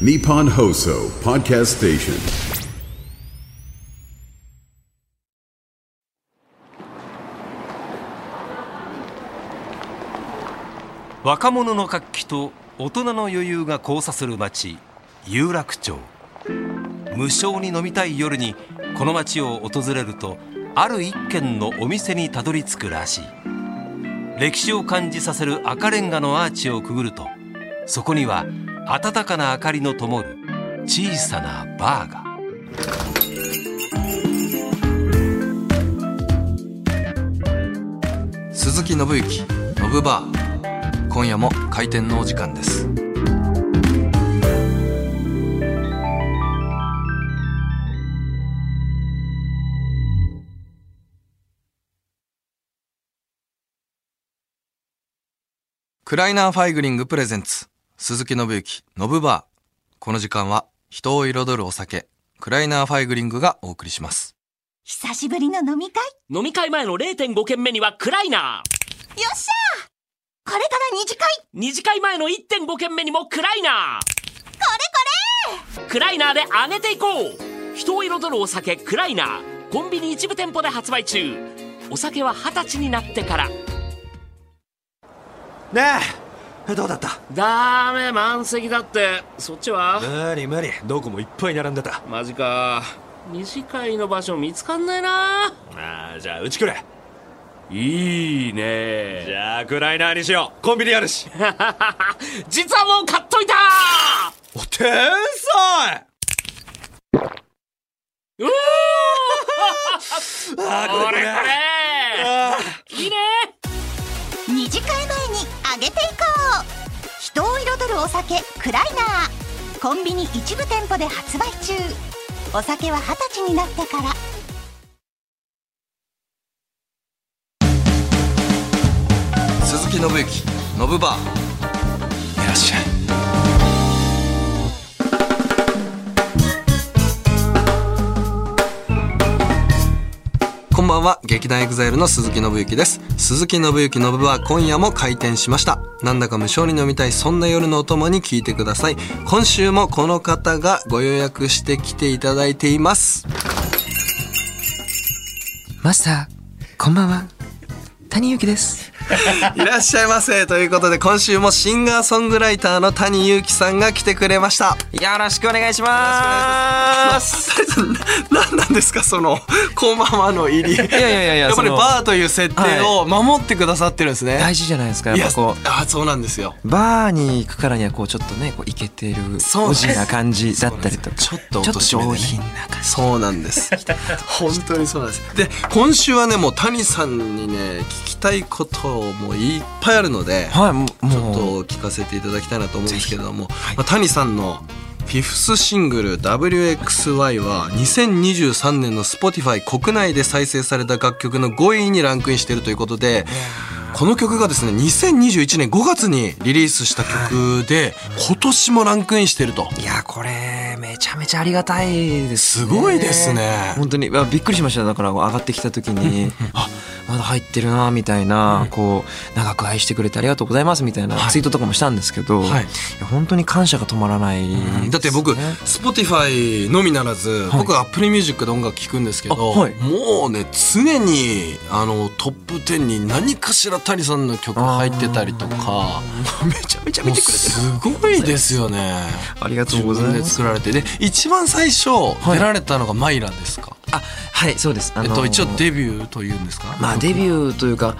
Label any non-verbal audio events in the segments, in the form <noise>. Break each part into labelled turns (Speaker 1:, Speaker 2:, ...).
Speaker 1: Nippon Hoso Podcast Station.
Speaker 2: 若者の活気と大人の余裕が交差する街有楽町無償に飲みたい夜にこの街を訪れるとある一軒のお店にたどり着くらしい歴史を感じさせる赤レンガのアーチをくぐるとそこには暖かな明かりの灯る小さなバーが
Speaker 3: 鈴木信之ノブバー今夜も開店のお時間ですクライナーファイグリングプレゼンツ鈴木信之ノブバーこの時間は人を彩るお酒クライナーファイグリングがお送りします
Speaker 4: 久しぶりの飲み会
Speaker 5: 飲み会前の0.5軒目にはクライナ
Speaker 4: よっしゃこれから二次会
Speaker 5: ー二次会前の1.5軒目にもクライナ
Speaker 4: これ
Speaker 5: ークライナーで上げていこう人を彩るお酒クライナーコンビニ一部店舗で発売中お酒は二十歳になってから
Speaker 6: ねえどうだった
Speaker 5: ダメ満席だってそっちは
Speaker 6: 無理無理どこもいっぱい並んでた
Speaker 5: マジか二次会の場所見つかんないな
Speaker 6: あーじゃあうちくれ
Speaker 5: いいね
Speaker 6: じゃあクライナーにしようコンビニあるし
Speaker 5: <laughs> 実はもう買っといた
Speaker 6: お天才
Speaker 5: うー
Speaker 6: あー
Speaker 5: これこれ
Speaker 6: あ
Speaker 5: いいね
Speaker 4: から二次会前にあげていこう人を彩るお酒クライナーコンビニ一部店舗で発売中お酒は二十歳になってから
Speaker 3: 鈴木信之ノブバーいらっしゃいこんばんは劇団エグザイルの鈴木信之です鈴木信之ノブバー今夜も開店しましたなんだか無償に飲みたいそんな夜のお供に聞いてください今週もこの方がご予約して来ていただいています
Speaker 7: マスター、こんばんは。谷幸です。
Speaker 3: いらっしゃいませということで今週もシンガーソングライターの谷祐希さんが来てくれました
Speaker 7: よろしくお願いします。
Speaker 3: タリさんななんなんですかその「こんばんは」の入り
Speaker 7: いやいやいや
Speaker 3: っぱり
Speaker 7: その
Speaker 3: バーという設定を守ってくださってるんですね、
Speaker 7: 大事じゃないですか。
Speaker 3: い
Speaker 7: や
Speaker 3: や
Speaker 7: っぱこう。
Speaker 3: あそうなんですよ
Speaker 7: バーに行くからにはこうちょっとねこうイケてる
Speaker 3: そうなん
Speaker 7: お
Speaker 3: です
Speaker 7: じな感じだったりとか
Speaker 3: そうなんですよちょっとお年めでね
Speaker 7: 上品な感
Speaker 3: そうなんです <laughs> 本当にそうなんですで今週はねもう谷さんにね聞きたいこともいっぱいあるので、
Speaker 7: じはいもう
Speaker 3: ちょっ
Speaker 7: もう
Speaker 3: と聞かせていただきたいなと思うんですけれども、まあ、谷さんのフィフスシングル「WXY」は2023年の Spotify 国内で再生された楽曲の5位にランクインしているということでこの曲がですね2021年5月にリリースした曲で今年もランクインしていると
Speaker 7: いやこれめちゃめちゃありがたいです
Speaker 3: す
Speaker 7: ね
Speaker 3: ごいですね
Speaker 7: 本当にいやびっくりしましただから上がってきた時にあまだ入ってるなみたいなこう長く愛してくれてありがとうございますみたいなツイートとかもしたんですけど、
Speaker 3: はい
Speaker 7: いや本当に感謝が止まらないですね、
Speaker 3: だって僕 Spotify のみならず僕は Apple Music で音楽聴くんですけど、
Speaker 7: あはい
Speaker 3: もうね常にあのトップ10に何かしら谷さんの曲入ってたりとか
Speaker 7: <laughs> めちゃめちゃ
Speaker 3: もうすごいですよね
Speaker 7: ありがと
Speaker 3: 自
Speaker 7: うござい
Speaker 3: 分
Speaker 7: ま
Speaker 3: です作られてで一番最初
Speaker 7: い
Speaker 3: 出られたのがマイラですか、
Speaker 7: あはいそうです、あのー
Speaker 3: えっと、一応デビューというんですか、
Speaker 7: まあデビューというか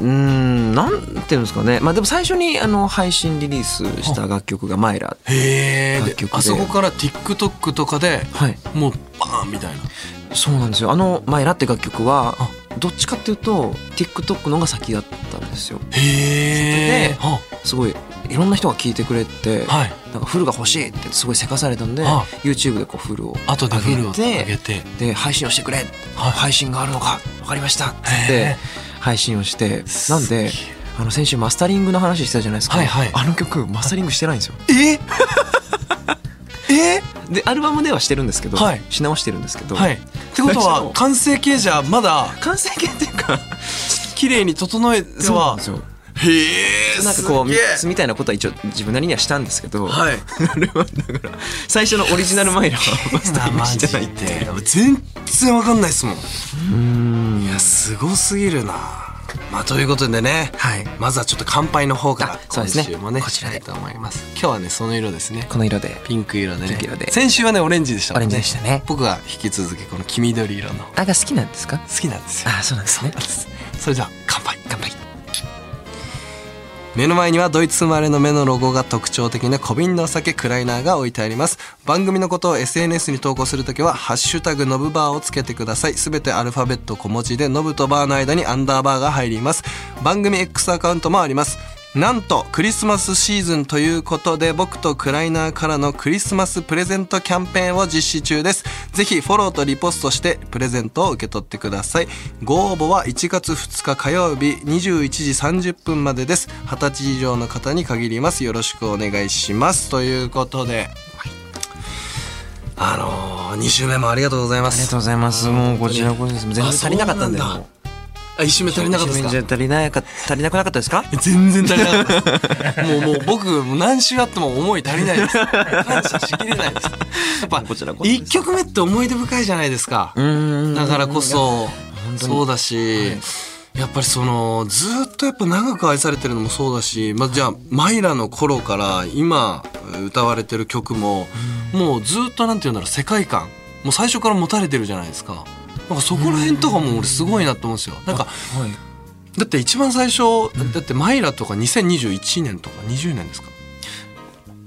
Speaker 7: うーんなんていうんですかねまあでも最初にあの配信リリースした楽曲が「マイラ
Speaker 3: へえ
Speaker 7: 楽曲で
Speaker 3: あそこから TikTok とかで」
Speaker 7: はい
Speaker 3: もうバーンみたいな
Speaker 7: そうなんですよあの「マイラ」って楽曲はどっちかっていうと TikTok のが先だったんですよ
Speaker 3: へえは
Speaker 7: すごいいろんな人が聴いてくれて、
Speaker 3: はい
Speaker 7: なんかフルが欲しいってすごいせかされたんで、
Speaker 3: は
Speaker 7: YouTube でこうフルを
Speaker 3: あとでフルを上げ
Speaker 7: 上げ
Speaker 3: て
Speaker 7: で配信をしてくれ、配信があるのか分かりましたって言っ
Speaker 3: へ
Speaker 7: て配信をしてなん
Speaker 3: すげ
Speaker 7: で
Speaker 3: え
Speaker 7: あの先週マスタリングの話してたじゃないですか、
Speaker 3: はいはい
Speaker 7: あの曲マスタリングしてないんですよ <laughs>
Speaker 3: ええ
Speaker 7: でアルバムではしてるんですけど、
Speaker 3: はい
Speaker 7: し直してるんですけど、
Speaker 3: はい。ってこと
Speaker 7: 最初
Speaker 3: は
Speaker 7: の
Speaker 3: 完成形じゃまだ
Speaker 7: 完成形っていうか
Speaker 3: 綺麗に整えて
Speaker 7: そうなん
Speaker 3: は
Speaker 7: ですよ
Speaker 3: へえ
Speaker 7: なんかこう
Speaker 3: すげ
Speaker 7: ミ
Speaker 3: え
Speaker 7: ックスみたいなことは一応自分なりにはしたんですけど、
Speaker 3: はい
Speaker 7: あれはだから最初のオリジ
Speaker 3: <laughs>
Speaker 7: ナルマイラーはマスターミックスじゃないっていう
Speaker 3: 全然わかんないっすもんいやすごすぎるなまあということでね、
Speaker 7: はい
Speaker 3: まずはちょっと乾杯の方から
Speaker 7: あそ
Speaker 3: 今
Speaker 7: うですね
Speaker 3: 週もね
Speaker 7: こちらで
Speaker 3: したいと思います今日はねその色ですね
Speaker 7: この色で
Speaker 3: ピンク色でね
Speaker 7: ピンク色で
Speaker 3: 先週はねオレンジでしたもんね
Speaker 7: オレンジでしたね
Speaker 3: 僕は引き続きこの黄緑色の好
Speaker 7: あが好きなんですか
Speaker 3: きなんですよ
Speaker 7: あそうなんですね
Speaker 3: それじゃあ乾杯乾杯目の前にはドイツ生まれの目のロゴが特徴的な小瓶のお酒クライナーが置いてあります番組のことを SNS に投稿するときは「ハッシュタグノブバー」をつけてくださいすべてアルファベット小文字でノブとバーの間にアンダーバーが入ります番組 X アカウントもありますなんとクリスマスシーズンということで僕とクライナーからのクリスマスプレゼントキャンペーンを実施中ですぜひフォローとリポストしてプレゼントを受け取ってくださいご応募は1月2日火曜日21時30分までです20歳以上の方に限りますよろしくお願いしますということで、あのー、2週目もありがとうございま
Speaker 7: ありが
Speaker 3: す
Speaker 7: とうございますもうこちらこそです全然
Speaker 3: あ
Speaker 7: 足りなかったんだよ
Speaker 3: そうな
Speaker 7: もう
Speaker 3: あ1週目足りなかったですか
Speaker 7: じゃ足りなか足りなくなかったですか
Speaker 3: 全然足りなかったですもうもう僕もう何週あっても思い足りないです感謝しきれないですやっぱ
Speaker 7: こちらこそです
Speaker 3: 1曲目って思い出深いじゃないですか
Speaker 7: ん
Speaker 3: だからこそ
Speaker 7: 本当に
Speaker 3: そうだし、やっぱりそのずっとやっぱ長く愛されてるのもそうだし、まあ、じゃあマイラの頃から今歌われてる曲ももうずっとなんて言うんだろう世界観もう最初から持たれてるじゃないですか。なんかそこら辺とかも俺すごいなと思うんですよ。なんか
Speaker 7: はい
Speaker 3: だって一番最初、だってマイラとか2021年とか20年ですか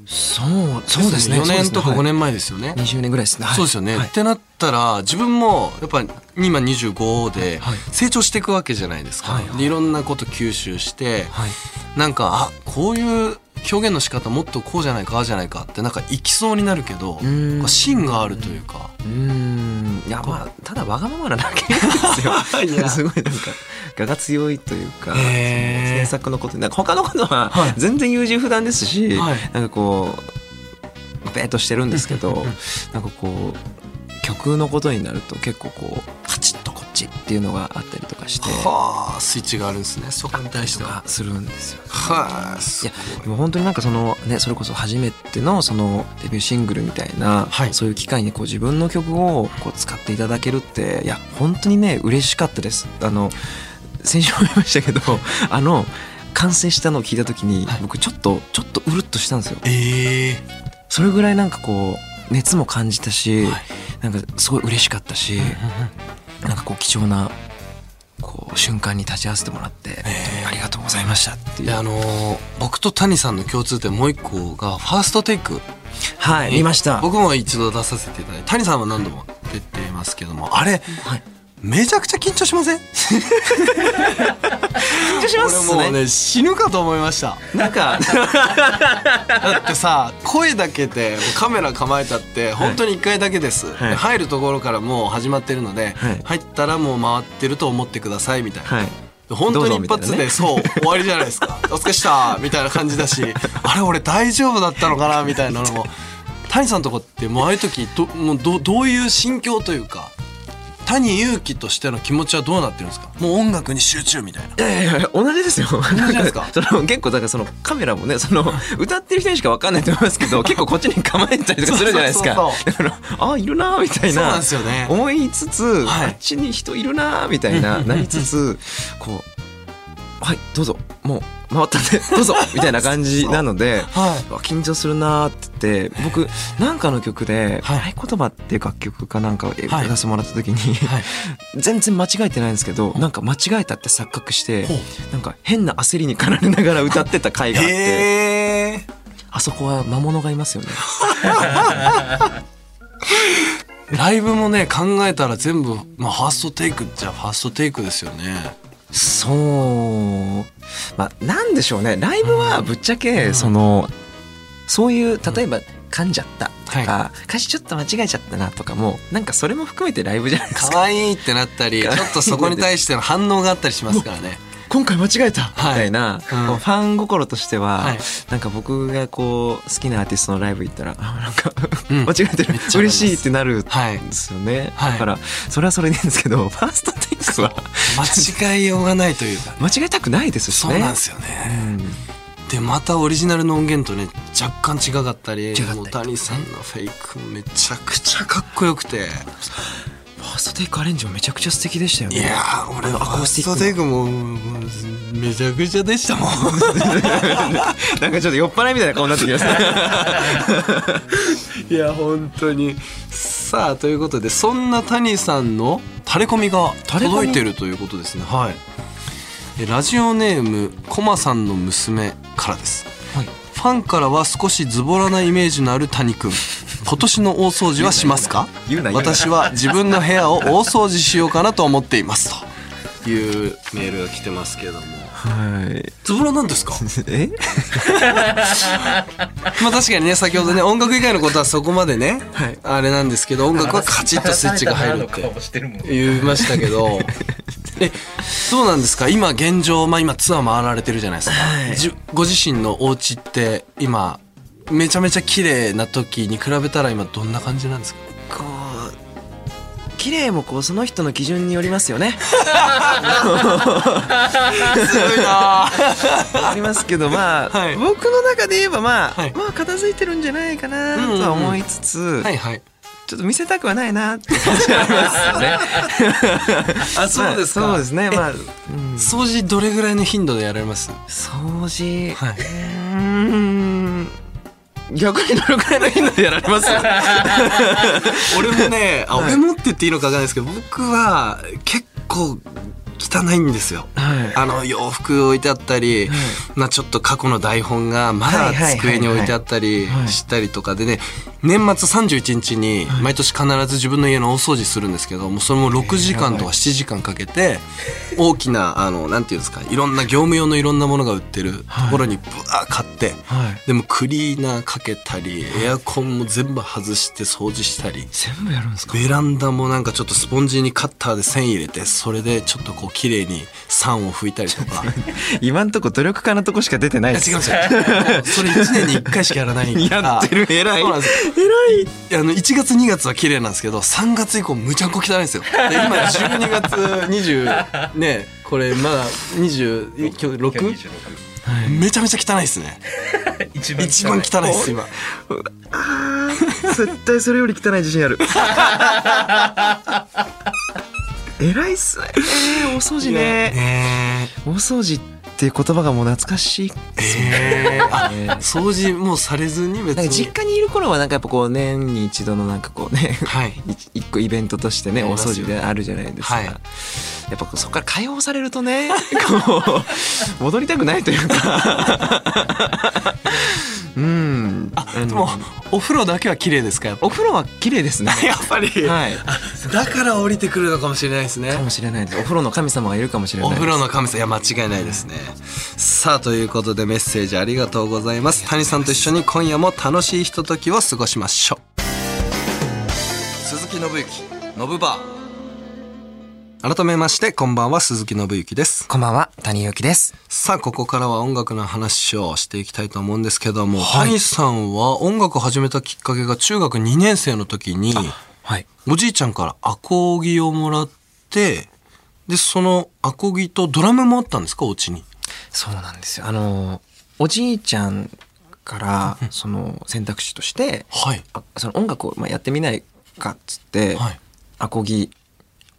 Speaker 7: そうそうですね
Speaker 3: 4年とか5
Speaker 7: そうですね
Speaker 3: 年前ですよね
Speaker 7: はい、20年ぐらいですねはい
Speaker 3: そうですよね、
Speaker 7: はい
Speaker 3: ってなったら自分もやっぱ今25で
Speaker 7: はい
Speaker 3: 成長していくわけじゃないですか、
Speaker 7: はい
Speaker 3: い
Speaker 7: はい
Speaker 3: でいろんなこと吸収して、
Speaker 7: はい
Speaker 3: なんかあこういう表現の仕方もっとこうじゃないかああじゃないかってなんかいきそうになるけど
Speaker 7: ん
Speaker 3: こう芯があるというか、
Speaker 7: うーんいやまあただわがままなだけなんですよすご <laughs> いなんか我が強いというか、
Speaker 3: へー
Speaker 7: その制作のことなんか他のことは全然優柔不断ですし、
Speaker 3: はい
Speaker 7: なんかこうべーっとしてるんですけどなんかこう曲のことになると結構こうカチッとこっちっていうのがあったりとかして
Speaker 3: はあスイッチがあるんですねそこに対して
Speaker 7: とか
Speaker 3: は。
Speaker 7: するんですよね。
Speaker 3: はあ
Speaker 7: い
Speaker 3: す
Speaker 7: やでも本当になんかそのねそれこそ初めてのそのデビューシングルみたいな、
Speaker 3: はい
Speaker 7: そういう機会にこう自分の曲をこう使っていただけるっていや本当にね嬉しかったですあの先週も言いましたけど <laughs> あの完成したのを聞いた時に、僕ちょっとちょっとうるっとしたんですよ
Speaker 3: ええ
Speaker 7: それぐらいなんかこう熱も感じたし、
Speaker 3: はい
Speaker 7: なんかすごい嬉しかったし、なんかこう貴重なこう瞬間に立ち会わせてもらって、ありがとうございましたっていう
Speaker 3: であのー僕と谷さんの共通点もう一個がファーストテイク
Speaker 7: はい見ました
Speaker 3: 僕も一度出させていただいて谷さんは何度も出てますけどもあれ、
Speaker 7: はい
Speaker 3: めちゃくちゃ緊張しません <laughs> 緊張し
Speaker 7: ますね
Speaker 3: 俺もうね死ぬかと思いました
Speaker 7: なんか
Speaker 3: だってさ声だけでもうカメラ構えたって本当に1回だけです、
Speaker 7: はい
Speaker 3: で入るところからもう始まってるので、
Speaker 7: はい
Speaker 3: 入ったらもう回ってると思ってくださいみたいな、
Speaker 7: はい
Speaker 3: 本当に一発で、
Speaker 7: どう
Speaker 3: そう終わりじゃないです <laughs> かお疲れしたみたいな感じだしあれ俺大丈夫だったのかなみたいなのも谷さんとかってもうああいう時どもうどどういう心境というか谷勇気としての気持ちはどうなってるんですかもう音楽に集中みたいない
Speaker 7: やいやいや同じですよ。
Speaker 3: じですか
Speaker 7: その結構だからそのカメラもねその歌ってる人にしかわかんないと思いますけど結構こっちに構えたりとかするじゃないですか
Speaker 3: そうそう。
Speaker 7: だからあいるなーみたいな。
Speaker 3: そうなんですよね
Speaker 7: 思いつつ、
Speaker 3: はい
Speaker 7: あっちに人いるなーみたいななりつつこうはいどうぞもう回った
Speaker 3: <laughs>
Speaker 7: んでどうぞみたいな感じなので。
Speaker 3: はい
Speaker 7: わ緊張するなーって言って僕なんかの曲で「
Speaker 3: はい
Speaker 7: 合言葉」っていう楽曲かなんかを歌
Speaker 3: はい
Speaker 7: わせてもらった時に、
Speaker 3: はい
Speaker 7: <laughs> 全然間違えてないんですけどなんか間違えたって錯覚して
Speaker 3: ほう
Speaker 7: なんか変な焦りに駆られながら歌ってた回があって
Speaker 3: へえ
Speaker 7: あそこは魔物がいますよね
Speaker 3: ライブもね考えたら全部、まあ、ファーストテイクじゃファーストテイクですよね
Speaker 7: そうまあなんでしょうねライブはぶっちゃけそのそういう例えば噛んじゃったとか歌詞ちょっと間違えちゃったなとかもなんかそれも含めてライブじゃないですか
Speaker 3: <laughs> 可愛いってなったりちょっとそこに対しての反応があったりしますからね
Speaker 7: 今回間違えたみ
Speaker 3: はい
Speaker 7: たいな、
Speaker 3: うん
Speaker 7: こうファン心としては、
Speaker 3: はい
Speaker 7: なんか僕がこう好きなアーティストのライブ行ったらあなんか
Speaker 3: うん
Speaker 7: 間違えてる、
Speaker 3: めっちゃわかりま
Speaker 7: 嬉
Speaker 3: す
Speaker 7: しいってなるん
Speaker 3: はい
Speaker 7: ですよね、
Speaker 3: はい
Speaker 7: だからそれはそれでいいんですけどファーストテイクスは
Speaker 3: 間違えようがないというか
Speaker 7: 間違えたくないですし
Speaker 3: そう
Speaker 7: ね
Speaker 3: なんですよねでまたオリジナルの音源とね若干違かったりもう谷さんのフェイクもめちゃくちゃかっこよくて
Speaker 7: ファーストテイクアレンジもめちゃくちゃ素敵でしたよね
Speaker 3: いやー俺
Speaker 7: あの
Speaker 3: は
Speaker 7: ア
Speaker 3: ア
Speaker 7: コ
Speaker 3: コ
Speaker 7: ー
Speaker 3: ー
Speaker 7: ステ
Speaker 3: ス
Speaker 7: ィックの
Speaker 3: ティックももうめちゃくちゃでしたもん
Speaker 7: なんかちょっと酔っ払いみたいな顔になってきましたね
Speaker 3: いや本当にさあということでそんな谷さんのタレコミが
Speaker 7: レコミ
Speaker 3: 届いてるということですねはいえラジオネームコマさんの娘からです、
Speaker 7: はい
Speaker 3: ファンからは少しズボラなイメージのある谷くん今年の大掃除はしますか
Speaker 7: 言うな言うな
Speaker 3: 私は自分の部屋を大掃除しようかなと思っていますというメールが来てますけども
Speaker 7: はい
Speaker 3: ズボラなんですか
Speaker 7: え
Speaker 3: まあ確かにね先ほどね音楽以外のことはそこまでね、
Speaker 7: はい
Speaker 3: あれなんですけど音楽はカチッとスイッチが入るって言いましたけど <laughs> えそうなんですか今現状まあ今ツアー回られてるじゃないですか、じご自身のお家って今めちゃめちゃ綺麗な時に比べたら今どんな感じなんですか
Speaker 7: こう綺麗もこうその人の基準によりますよねありますけどまあ、
Speaker 3: はい
Speaker 7: 僕の中で言えばまあ、
Speaker 3: はい
Speaker 7: まあ片付いてるんじゃないかなとは思いつつ、
Speaker 3: はいはい
Speaker 7: ちょっと見せたくはないなって感じがありますよねあ
Speaker 3: そうですか
Speaker 7: そうですねまあ、うん
Speaker 3: 掃除どれぐらいの頻度でやられます
Speaker 7: 掃除、
Speaker 3: はいう
Speaker 7: ーん逆にどれくらいの頻度でやられます
Speaker 3: 俺もね、あ、俺もって言っていいのかわかんないですけど、僕は結構汚いんですよ。
Speaker 7: はい
Speaker 3: あの洋服置いてあったり、まあちょっと過去の台本がま
Speaker 7: は
Speaker 3: だ
Speaker 7: いはいはいはい
Speaker 3: 机に置いてあったり
Speaker 7: はい
Speaker 3: したりとかでね、年末31日に毎年必ず自分の家の大掃除するんですけど、もうそれも6時間とか7時間かけて、大きな、あの、なんていうんですか、いろんな業務用のいろんなものが売ってるところにブワー買って、
Speaker 7: はい
Speaker 3: でもクリーナーかけたり、エアコンも全部外して掃除したり、
Speaker 7: 全部やるんです
Speaker 3: ベランダもなんかちょっとスポンジにカッターで線入れてそれでちょっとこう綺麗に酸を <laughs> 拭いたりとか
Speaker 7: <laughs> 今んとこ努力家のとこしか出てない
Speaker 3: い
Speaker 7: で
Speaker 3: や
Speaker 7: す
Speaker 3: 違うんですよ <laughs> それ1年に1回しかやらないんで
Speaker 7: <laughs> やってる偉い
Speaker 3: そうなんですよあの1月2月は綺麗なんですけど3月以降むちゃんこ汚いんですよで今12月20ねこれまだ20今日 6? めちゃめちゃ汚いですね <laughs> 一番汚いです今
Speaker 7: 絶対それより汚い自信あ <laughs> る偉いっすねえーお掃除ね
Speaker 3: ね
Speaker 7: お掃除っていう言葉がもう懐かしい
Speaker 3: えーあ掃除もうされずに別
Speaker 7: なん
Speaker 3: に
Speaker 7: か実家にいる頃はなんかやっぱこう年に一度のなんかこうね <laughs>
Speaker 3: はい
Speaker 7: 一一個イベントとしてね
Speaker 3: あり
Speaker 7: お
Speaker 3: ます
Speaker 7: 掃
Speaker 3: よ
Speaker 7: 除であるじゃないですか、
Speaker 3: はい
Speaker 7: やっぱこうそこから解放されると <laughs> ねこう戻りたくないというか <laughs> うんあ
Speaker 3: で
Speaker 7: の
Speaker 3: もお風呂だけは綺麗ですかやっぱ
Speaker 7: お風呂は綺麗ですね
Speaker 3: やっぱり、
Speaker 7: <laughs> はい
Speaker 3: だから降りてくるのかもしれないですね
Speaker 7: かもしれないですお風呂の神様がいるかもしれない
Speaker 3: お
Speaker 7: です
Speaker 3: 風呂の神様いや間違いないですねさあということでメッセージありがとうございます谷さんと一緒に今夜も楽しいひとときを過ごしましょう鈴木信之のぶば改めましてこんばんは鈴木信之です
Speaker 7: こんばんは谷幸です
Speaker 3: さあここからは音楽の話をしていきたいと思うんですけども、谷さんは音楽を始めたきっかけが中学2年生の時に
Speaker 7: はい
Speaker 3: おじいちゃんからアコギをもらって、で、そのアコギとドラムもあったんですか、お家に。
Speaker 7: そうなんですよあのおじいちゃんからその選択肢として
Speaker 3: はい。
Speaker 7: あその音楽をまあやってみないかっつって、
Speaker 3: はい
Speaker 7: アコギ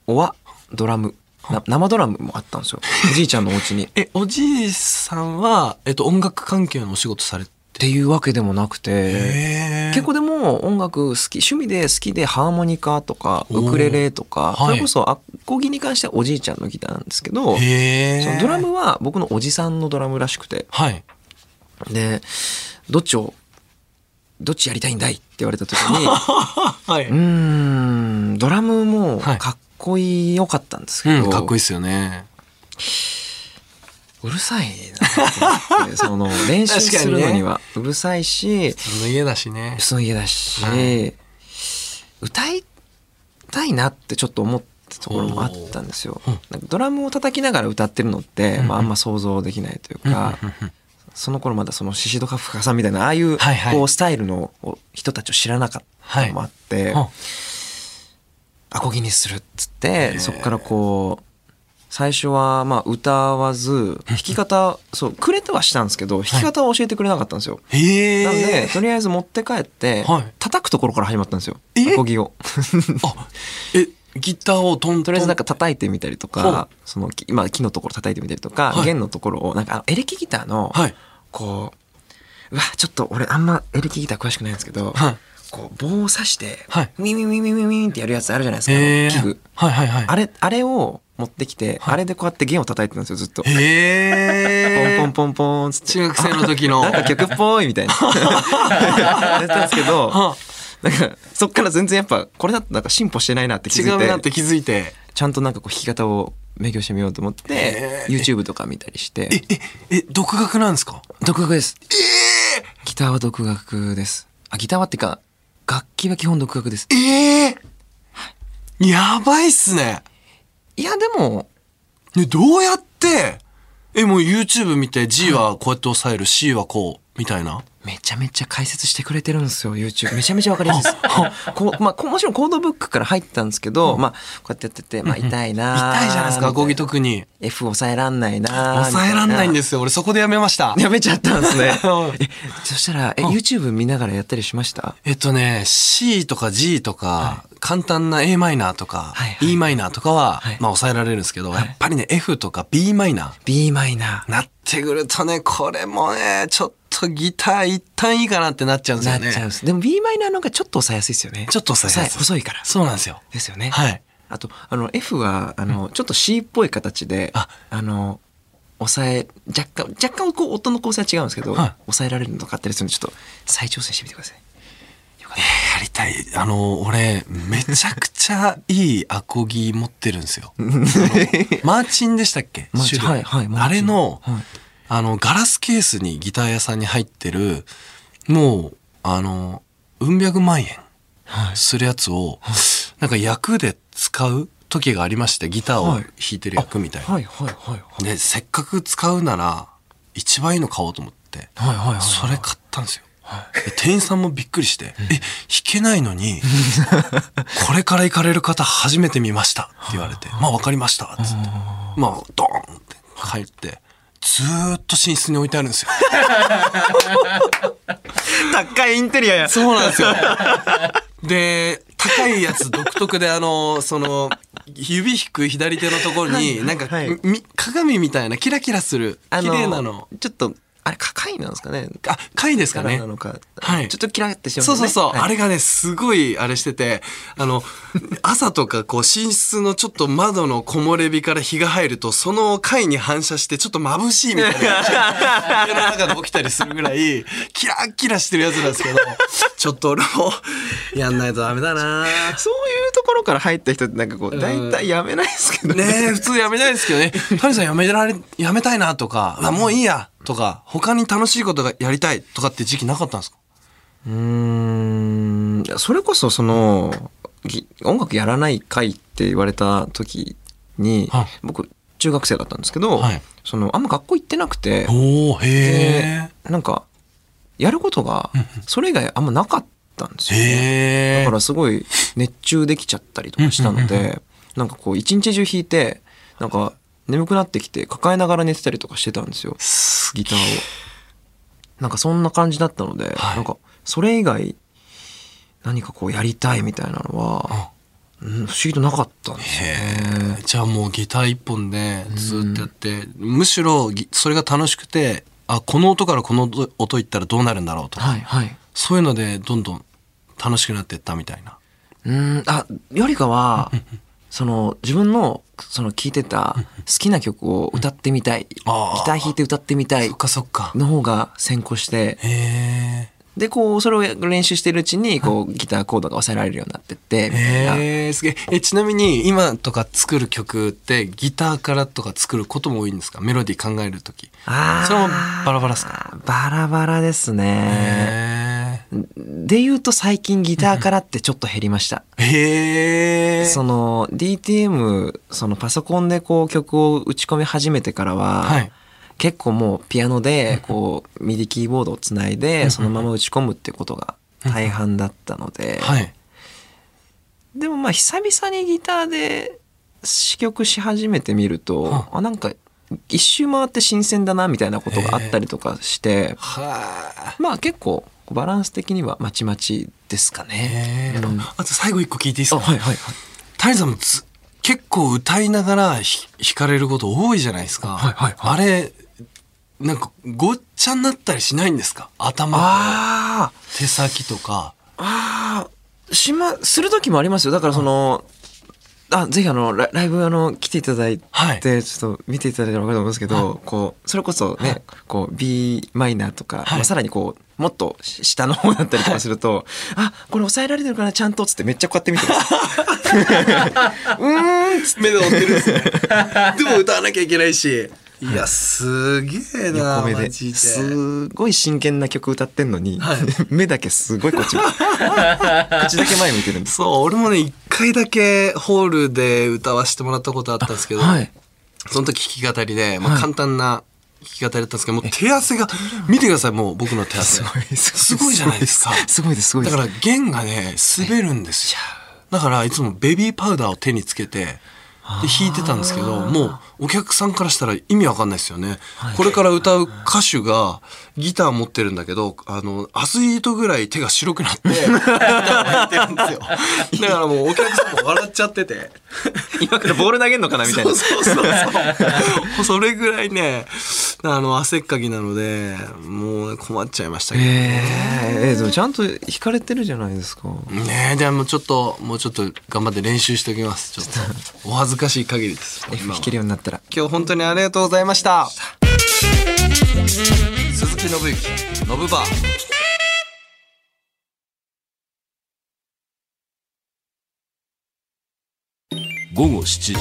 Speaker 7: おわドラムな生ドラムもあったんですよおじいちゃんのお <laughs> 家にっ
Speaker 3: え、おじいさんは、えっと、音楽関係のお仕事されて。
Speaker 7: ていうわけでもなくて
Speaker 3: え
Speaker 7: 結構でも音楽好き趣味で好きでハーモニカとか
Speaker 3: おー
Speaker 7: ウクレレとか、
Speaker 3: はい
Speaker 7: それこそアコギに関してはおじいちゃんのギターなんですけど、
Speaker 3: へ
Speaker 7: そのドラムは僕のおじさんのドラムらしくて
Speaker 3: はい。
Speaker 7: でどっちをどっちやりたいんだいって言われた時
Speaker 3: <laughs>
Speaker 7: に
Speaker 3: は
Speaker 7: うー
Speaker 3: い。
Speaker 7: んドラムも
Speaker 3: はい
Speaker 7: かっこいいよかったんですけ
Speaker 3: う
Speaker 7: ど、
Speaker 3: ん、かっこいいっすよね。
Speaker 7: うるさいなと思ってその練習するのにはうるさいし
Speaker 3: 自分の家だしね。
Speaker 7: その家だし、
Speaker 3: は
Speaker 7: 歌いたいなってちょっと思ってってところもあったんですよ。なんかドラムを叩きながら歌ってるのって、まあ、あんま想像できないというか、その頃まだそのシシドカフカさんみたいなああいう
Speaker 3: はいはい
Speaker 7: こうスタイルの人たちを知らなかったのもあって、
Speaker 3: はいうん
Speaker 7: アコギにするっつってそこからこう最初はまあ歌わず弾き方そうくれてはしたんですけど弾き方を教えてくれなかったんですよ。
Speaker 3: へえ。
Speaker 7: なのでとりあえず持って帰って
Speaker 3: はい
Speaker 7: 叩くところから始まったんですよ
Speaker 3: え
Speaker 7: アコギを。 <laughs>
Speaker 3: え、ギターをトントン。
Speaker 7: とりあえずなんか叩いてみたりと
Speaker 3: ほう
Speaker 7: か、その、きまあ木のところ叩いてみたりとか、
Speaker 3: はい
Speaker 7: 弦のところを、なんかあのエレキギターの、
Speaker 3: はい
Speaker 7: こう、うわ、ちょっと俺あんまエレキギター詳しくないんですけど、
Speaker 3: はい
Speaker 7: こう棒を刺して、
Speaker 3: はい
Speaker 7: ウィンウィンウィンウィンウィンウィンってやるやつあるじゃないですか、あの
Speaker 3: へえ。
Speaker 7: 器具。
Speaker 3: はいはいはい。
Speaker 7: あれ、あれを持ってきて、あれでこうやって弦を叩いてたんですよ、ずっと。
Speaker 3: へえ。
Speaker 7: ポンポンポンポンつって。
Speaker 3: 中学生の時の
Speaker 7: あなんか曲っぽいみたいな。 <laughs> やってたんですけど、
Speaker 3: は
Speaker 7: なんか、そっから全然やっぱ、これだとなんか進歩してないなって気づい
Speaker 3: 違
Speaker 7: て。
Speaker 3: うなって <laughs> 気づいて。
Speaker 7: ちゃんとなんかこう弾き方を勉強してみようと思って、YouTube とか見たりして。
Speaker 3: え、え、独学なんですか
Speaker 7: 独学です。ギターは独学です。あ、ギターはっていうか、楽器は基本独学です。
Speaker 3: ええやばいっすね。
Speaker 7: いや、でも、
Speaker 3: ね、どうやって、え、もう YouTube 見て G はこうやって押さえる、C はこう、みたいな。
Speaker 7: めちゃめちゃ解説してくれてるんですよ、YouTube。めちゃめちゃわかりやすいです。こ <laughs> う、まあ、こうもちろんコードブックから入ったんですけど、まあ、こうやってやってて、まあ、痛いなー
Speaker 3: 痛いじゃないですか、
Speaker 7: みた
Speaker 3: ゴギ特に。
Speaker 7: F 抑えらんないなーみた。
Speaker 3: 抑えらんないんですすよ。俺そこでやめました。
Speaker 7: やめちゃったんです
Speaker 3: <laughs>
Speaker 7: ね
Speaker 3: うん。
Speaker 7: えそしたら、え、YouTube 見ながらやったりしました
Speaker 3: えっとね、C とか G とか、簡単な a マイナーとか、
Speaker 7: はいはい
Speaker 3: e マイナーとかは、
Speaker 7: はい
Speaker 3: まあ抑えられるんですけど、やっぱりね、F とか b マイナ
Speaker 7: ?B マイナ
Speaker 3: ーなってくるとね、これもね、ちょっとギター一旦いいかなってなっちゃうんです
Speaker 7: な
Speaker 3: よ
Speaker 7: っ
Speaker 3: ね。
Speaker 7: ちゃうんです。でも B マイナーの方がちょっと抑えやすいですよね。
Speaker 3: ちょっと抑えやすい
Speaker 7: 細いから。
Speaker 3: そうなんですよ。
Speaker 7: ですよね。
Speaker 3: はい。
Speaker 7: あと、あの、F は、あの、ちょっと C っぽい形で、
Speaker 3: あ
Speaker 7: あの、抑え、若干、若干こう、音の構成は違うんですけど、
Speaker 3: はい
Speaker 7: 抑えられるのとかあったりするんで、ちょっと再挑戦してみてください。
Speaker 3: やりたい。あの、俺、めちゃくちゃいいアコギ持ってるんですよ。あのマーチンでしたっけ
Speaker 7: マーチン
Speaker 3: 種類
Speaker 7: はいはいマーチン
Speaker 3: あれの、
Speaker 7: はい
Speaker 3: あの、ガラスケースにギター屋さんに入ってる、もう、あの、うん百万円するやつを、なんか役で使う時がありまして、ギターを弾いてる役みたいな。
Speaker 7: <laughs> はいはいはいはい。
Speaker 3: で、せっかく使うなら、一番いいの買おうと思って、
Speaker 7: はいはいはい。
Speaker 3: それ買ったんですよ。で店員さんもびっくりして、え、弾けないの <laughs> に、これから行かれる方初めて見ましたって言われて、まあわかりました、つって。まあ、ドーンって入って、ずーっと寝室に置いてあるんですよ。
Speaker 7: 高いインテリア
Speaker 3: <laughs>
Speaker 7: や。
Speaker 3: そうなんですよ。 <laughs> で、高いやつ独特であの、その、指引く左手のところに、なんか、
Speaker 7: はい
Speaker 3: み鏡みたいなキラキラする、
Speaker 7: あ
Speaker 3: 綺
Speaker 7: の
Speaker 3: 麗なの。。
Speaker 7: ちょっと、あれ、高いなんですかね。
Speaker 3: あ、貝ですかね。
Speaker 7: なのか。
Speaker 3: はい
Speaker 7: ちょっとキラってしてます
Speaker 3: そう
Speaker 7: ね。
Speaker 3: そうそう、
Speaker 7: はい
Speaker 3: あれがね、すごい、あれしてて、あの、朝とか、こう、寝室のちょっと窓の木漏れ日から日が入ると、その貝に反射して、ちょっと眩しいみたいな。家の中で起きたりするぐらい、キラッキラしてるやつなんですけど、ちょっと俺も、やんないとダメだ
Speaker 7: <laughs>
Speaker 3: な
Speaker 7: そういうところから入った人ってなんかこう、大体やめないですけど
Speaker 3: ねえ、
Speaker 7: <laughs>
Speaker 3: 普通やめないですけどね。谷さんやめられ、やめたいなとか、あもういいやとか、他に楽しいことがやりたいとかって時期なかったんですか
Speaker 7: うーんいやそれこそそのぎ音楽やらない会って言われた時に
Speaker 3: はい
Speaker 7: 僕中学生だったんですけど、
Speaker 3: はい
Speaker 7: そのあんま学校行ってなくて
Speaker 3: おー、
Speaker 7: で
Speaker 3: へ
Speaker 7: なんかやることがそれ以外あんまなかったんです
Speaker 3: え。
Speaker 7: よ、ね、
Speaker 3: へ
Speaker 7: だ
Speaker 3: え
Speaker 7: か。らすごい熱中できちゃったりとかしたのでなんかこう一日中弾いてなんか眠くなってきて抱えながら寝てたりとかしてたんですよギターをなんかそんな感じだったので、
Speaker 3: はい
Speaker 7: なんかそれ以外何かこうやりたいみたいなのは、うん、不思議となかったんですよね
Speaker 3: じゃあもうギター一本でずっとやって、むしろぎそれが楽しくてあこの音からこの音音いったらどうなるんだろうとか、
Speaker 7: はいはい
Speaker 3: そういうのでどんどん楽しくなっていったみたいな
Speaker 7: うんあよりかはその自分のその聴いてた好きな曲を歌ってみたいギタ
Speaker 3: あー
Speaker 7: ー弾いて歌ってみたい
Speaker 3: そっかそっか
Speaker 7: の方が先行し
Speaker 3: へ
Speaker 7: て
Speaker 3: え
Speaker 7: でこうそれを練習してるうちにこうギターコードが抑えられるようになってってみたいな
Speaker 3: へえすげええちなみに今とか作る曲ってギターからとか作ることも多いんですかメロディー考える時
Speaker 7: あー
Speaker 3: それもバラバラっすか
Speaker 7: バラバラですね
Speaker 3: へえ
Speaker 7: でで言うと最近ギターからってちょっと減りました。
Speaker 3: へえ。
Speaker 7: その DTM そのパソコンでこう曲を打ち込み始めてからは、
Speaker 3: はい
Speaker 7: 結構もうピアノでこうミディキーボードをつないでそのまま打ち込むってことが大半だったので、
Speaker 3: はい。
Speaker 7: でもまあ久々にギターで試曲し始めてみると、あなんか一周回って新鮮だなみたいなことがあったりとかして、まあ結構バランス的にはまちまちですかね。
Speaker 3: えー
Speaker 7: うん
Speaker 3: あと最後一個聞いていいです
Speaker 7: あ
Speaker 3: か
Speaker 7: はいはいはい
Speaker 3: 谷さんもず結構歌いながらひ弾かれること多いじゃないですか。あれ、なんかごっちゃになったりしないんですか頭と
Speaker 7: ああ
Speaker 3: 手先とか。
Speaker 7: しま、する時もありますよ。だからその、あ、ぜひあの、ラライブあの、来ていただい
Speaker 3: はい
Speaker 7: て、ちょっと見ていただいたら分かると思うんですけど、こう、それこそね、こう、B マイナーとか、まあさらにこう、もっとし下の方だったりとかすると、あ、これ抑えられてるかな、ちゃんと、つってめっちゃこうやって見てます。
Speaker 3: <laughs> 目で追ってるんですね。でも歌わなきゃいけないし。いや、すげえな
Speaker 7: 横目
Speaker 3: マ
Speaker 7: で。
Speaker 3: ジ
Speaker 7: すごい真剣な曲歌ってんのに、 <laughs> 目だけすごいこっ
Speaker 3: <laughs>
Speaker 7: ち、口だけ前向いてるんです。
Speaker 3: そう、俺もね、一回だけホールで歌わせてもらったことあったんですけど、
Speaker 7: はい。
Speaker 3: その時弾き語りで、まあ、簡単な弾き語りだったんですけど、もう手汗が、見てください、もう僕の手汗。すごいじゃないですか。
Speaker 7: すごいです、すごいで
Speaker 3: だ
Speaker 7: す。
Speaker 3: から弦がね、滑るんですよ。だからいつもベビーパウダーを手につけて、で弾いてたんですけど、もうお客さんからしたら意味わかんないですよね。これから歌う歌手がギター持ってるんだけど、あの、アスリートぐらい手が白くな <laughs> って、ギターを弾いてるんですよ。 <laughs> だからもうお客さんも笑っちゃって <laughs> て。
Speaker 7: 今からボール投げんのかなみたいな。
Speaker 3: そうそうそう。それぐらいね、あの、汗っかきなので、もう困っちゃいましたけど。
Speaker 7: えー、えーでもちゃんと弾かれてるじゃないですか。
Speaker 3: ねえ、じゃあもうちょっと、もうちょっと頑張って練習しておきます。ちょっ <laughs> と、お恥ずかしい限りです。
Speaker 7: F 弾けるようになったら。
Speaker 3: 今日本当にありがとうございました。鈴木信之、ノブバー。
Speaker 5: 午後7時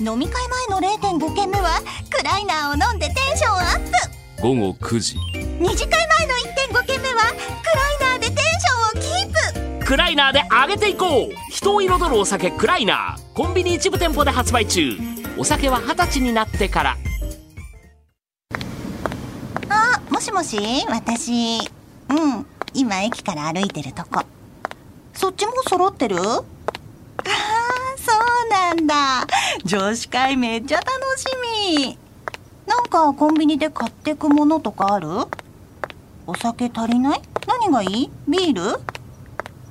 Speaker 4: 飲み会前の0.5軒目はクライナーを飲んでテンションアップ
Speaker 5: 午後9時
Speaker 4: 二次会前の1.5軒目はクライナーでテンションをキープ
Speaker 5: クライナーで上げていこう人を彩るお酒クライナーコンビニ一部店舗で発売中お酒は二十歳になってから
Speaker 4: あもしもし私うん今駅から歩いてるとこそっちも揃ってるああそうなんだ女子会めっちゃ楽しみなんかコンビニで買ってくものとかあるお酒足りない何がいいビール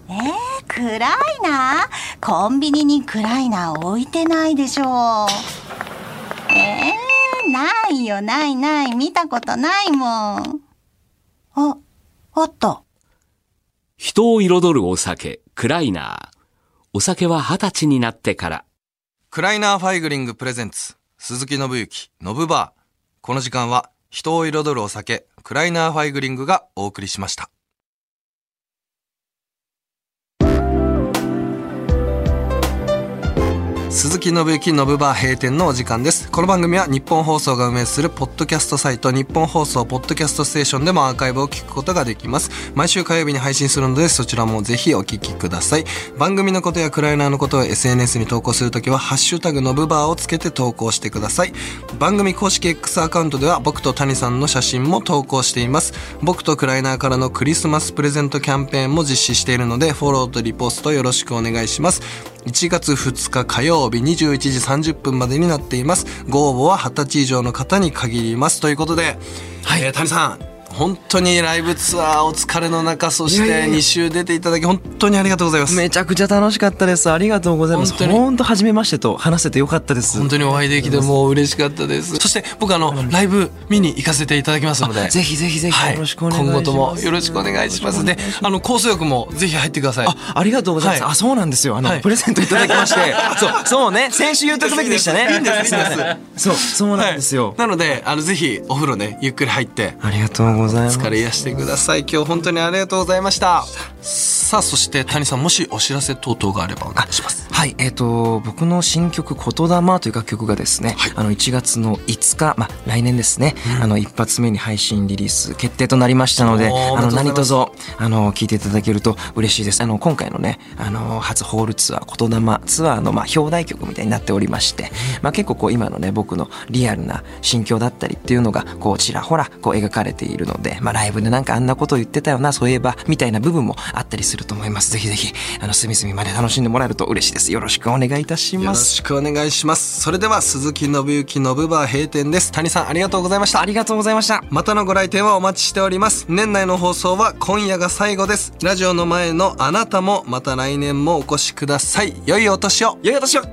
Speaker 4: えー、暗いなコンビニに暗いな置いてないでしょうえー、ないよ、ないない、見たことないもん。あ、あった。
Speaker 5: 人を彩るお酒クライナーお酒は二十歳になってから
Speaker 3: クライナーファイグリングプレゼンツ、鈴木信之、ノブバー。この時間は、人を彩るお酒、クライナーファイグリングがお送りしました。鈴木信之のブバー閉店のお時間です。この番組は日本放送が運営するポッドキャストサイト日本放送ポッドキャストステーションでもアーカイブを聞くことができます。毎週火曜日に配信するのでそちらもぜひお聞きください。番組のことやクライナーのことを SNS に投稿するときはハッシュタグのブバーをつけて投稿してください。番組公式 X アカウントでは僕と谷さんの写真も投稿しています。僕とクライナーからのクリスマスプレゼントキャンペーンも実施しているのでフォローとリポストよろしくお願いします。1月2日火曜日21時30分までになっていますご応募は20歳以上の方に限りますということで、えー谷さん本当にライブツアーお疲れの中そし
Speaker 7: いやいや
Speaker 3: て
Speaker 7: いや
Speaker 3: 2週出ていただき本当にありがとうございます
Speaker 7: めちゃくちゃ楽しかったです。ありがとうございます。
Speaker 3: 本当に
Speaker 7: 本当初めましてと話せてよかったです。
Speaker 3: 本当にお会いできてもう嬉しかったですそして僕あのライブ見に行かせていただきますので
Speaker 7: ぜひぜひぜひ
Speaker 3: はい
Speaker 7: よろしくお願いします。
Speaker 3: 今後ともよろしくお願いしますであのコース力もぜひ入ってください
Speaker 7: あ、ありがとうございます。
Speaker 3: はい
Speaker 7: あ、そうなんですよ。あの、
Speaker 3: はい
Speaker 7: プレゼントいただき
Speaker 3: <laughs>
Speaker 7: まして。そう、そうね。先週言っとくべきでしたね。いいんです、いいんです。そう、そうなんですよ。
Speaker 3: なのであのぜひお風呂ねゆっくり入って
Speaker 7: ありがとうございます。
Speaker 3: 疲れ癒してください今日本当にありがとうございましたさあそして谷さんもしお知らせ等々があればお願いします
Speaker 7: はい、えっ、と、僕の新曲、言霊という楽曲がですね、あの、1月の5日、まあ、来年ですね、あの、一発目に配信リリース決定となりましたので、
Speaker 3: おー
Speaker 7: あの、
Speaker 3: おめで
Speaker 7: 何
Speaker 3: とうご
Speaker 7: 卒、あの、聞いていただけると嬉しいです。あの、今回のね、あの、初ホールツアー、言霊ツアーの、まあ、表題曲みたいになっておりまして、まあ、結構こう、今のね、僕のリアルな心境だったりっていうのが、こう、ちらほら、こう、描かれているので、まあ、ライブでなんかあんなこと言ってたよな、そういえば、みたいな部分もあったりすると思います。ぜひぜひ、あの、隅々まで楽しんでもらえると嬉しいです。よろしくお願いいたし
Speaker 3: よ
Speaker 7: ま
Speaker 3: ろ
Speaker 7: す。
Speaker 3: しくお願いしますそれでは鈴木信之のぶバー閉店です谷さんありがとうございました
Speaker 7: ありがとうございました。
Speaker 3: またのご来店はお待ちしております年内の放送は今夜が最後ですラジオの前のあなたもまた来年もお越しください良いお年を
Speaker 7: よいお年を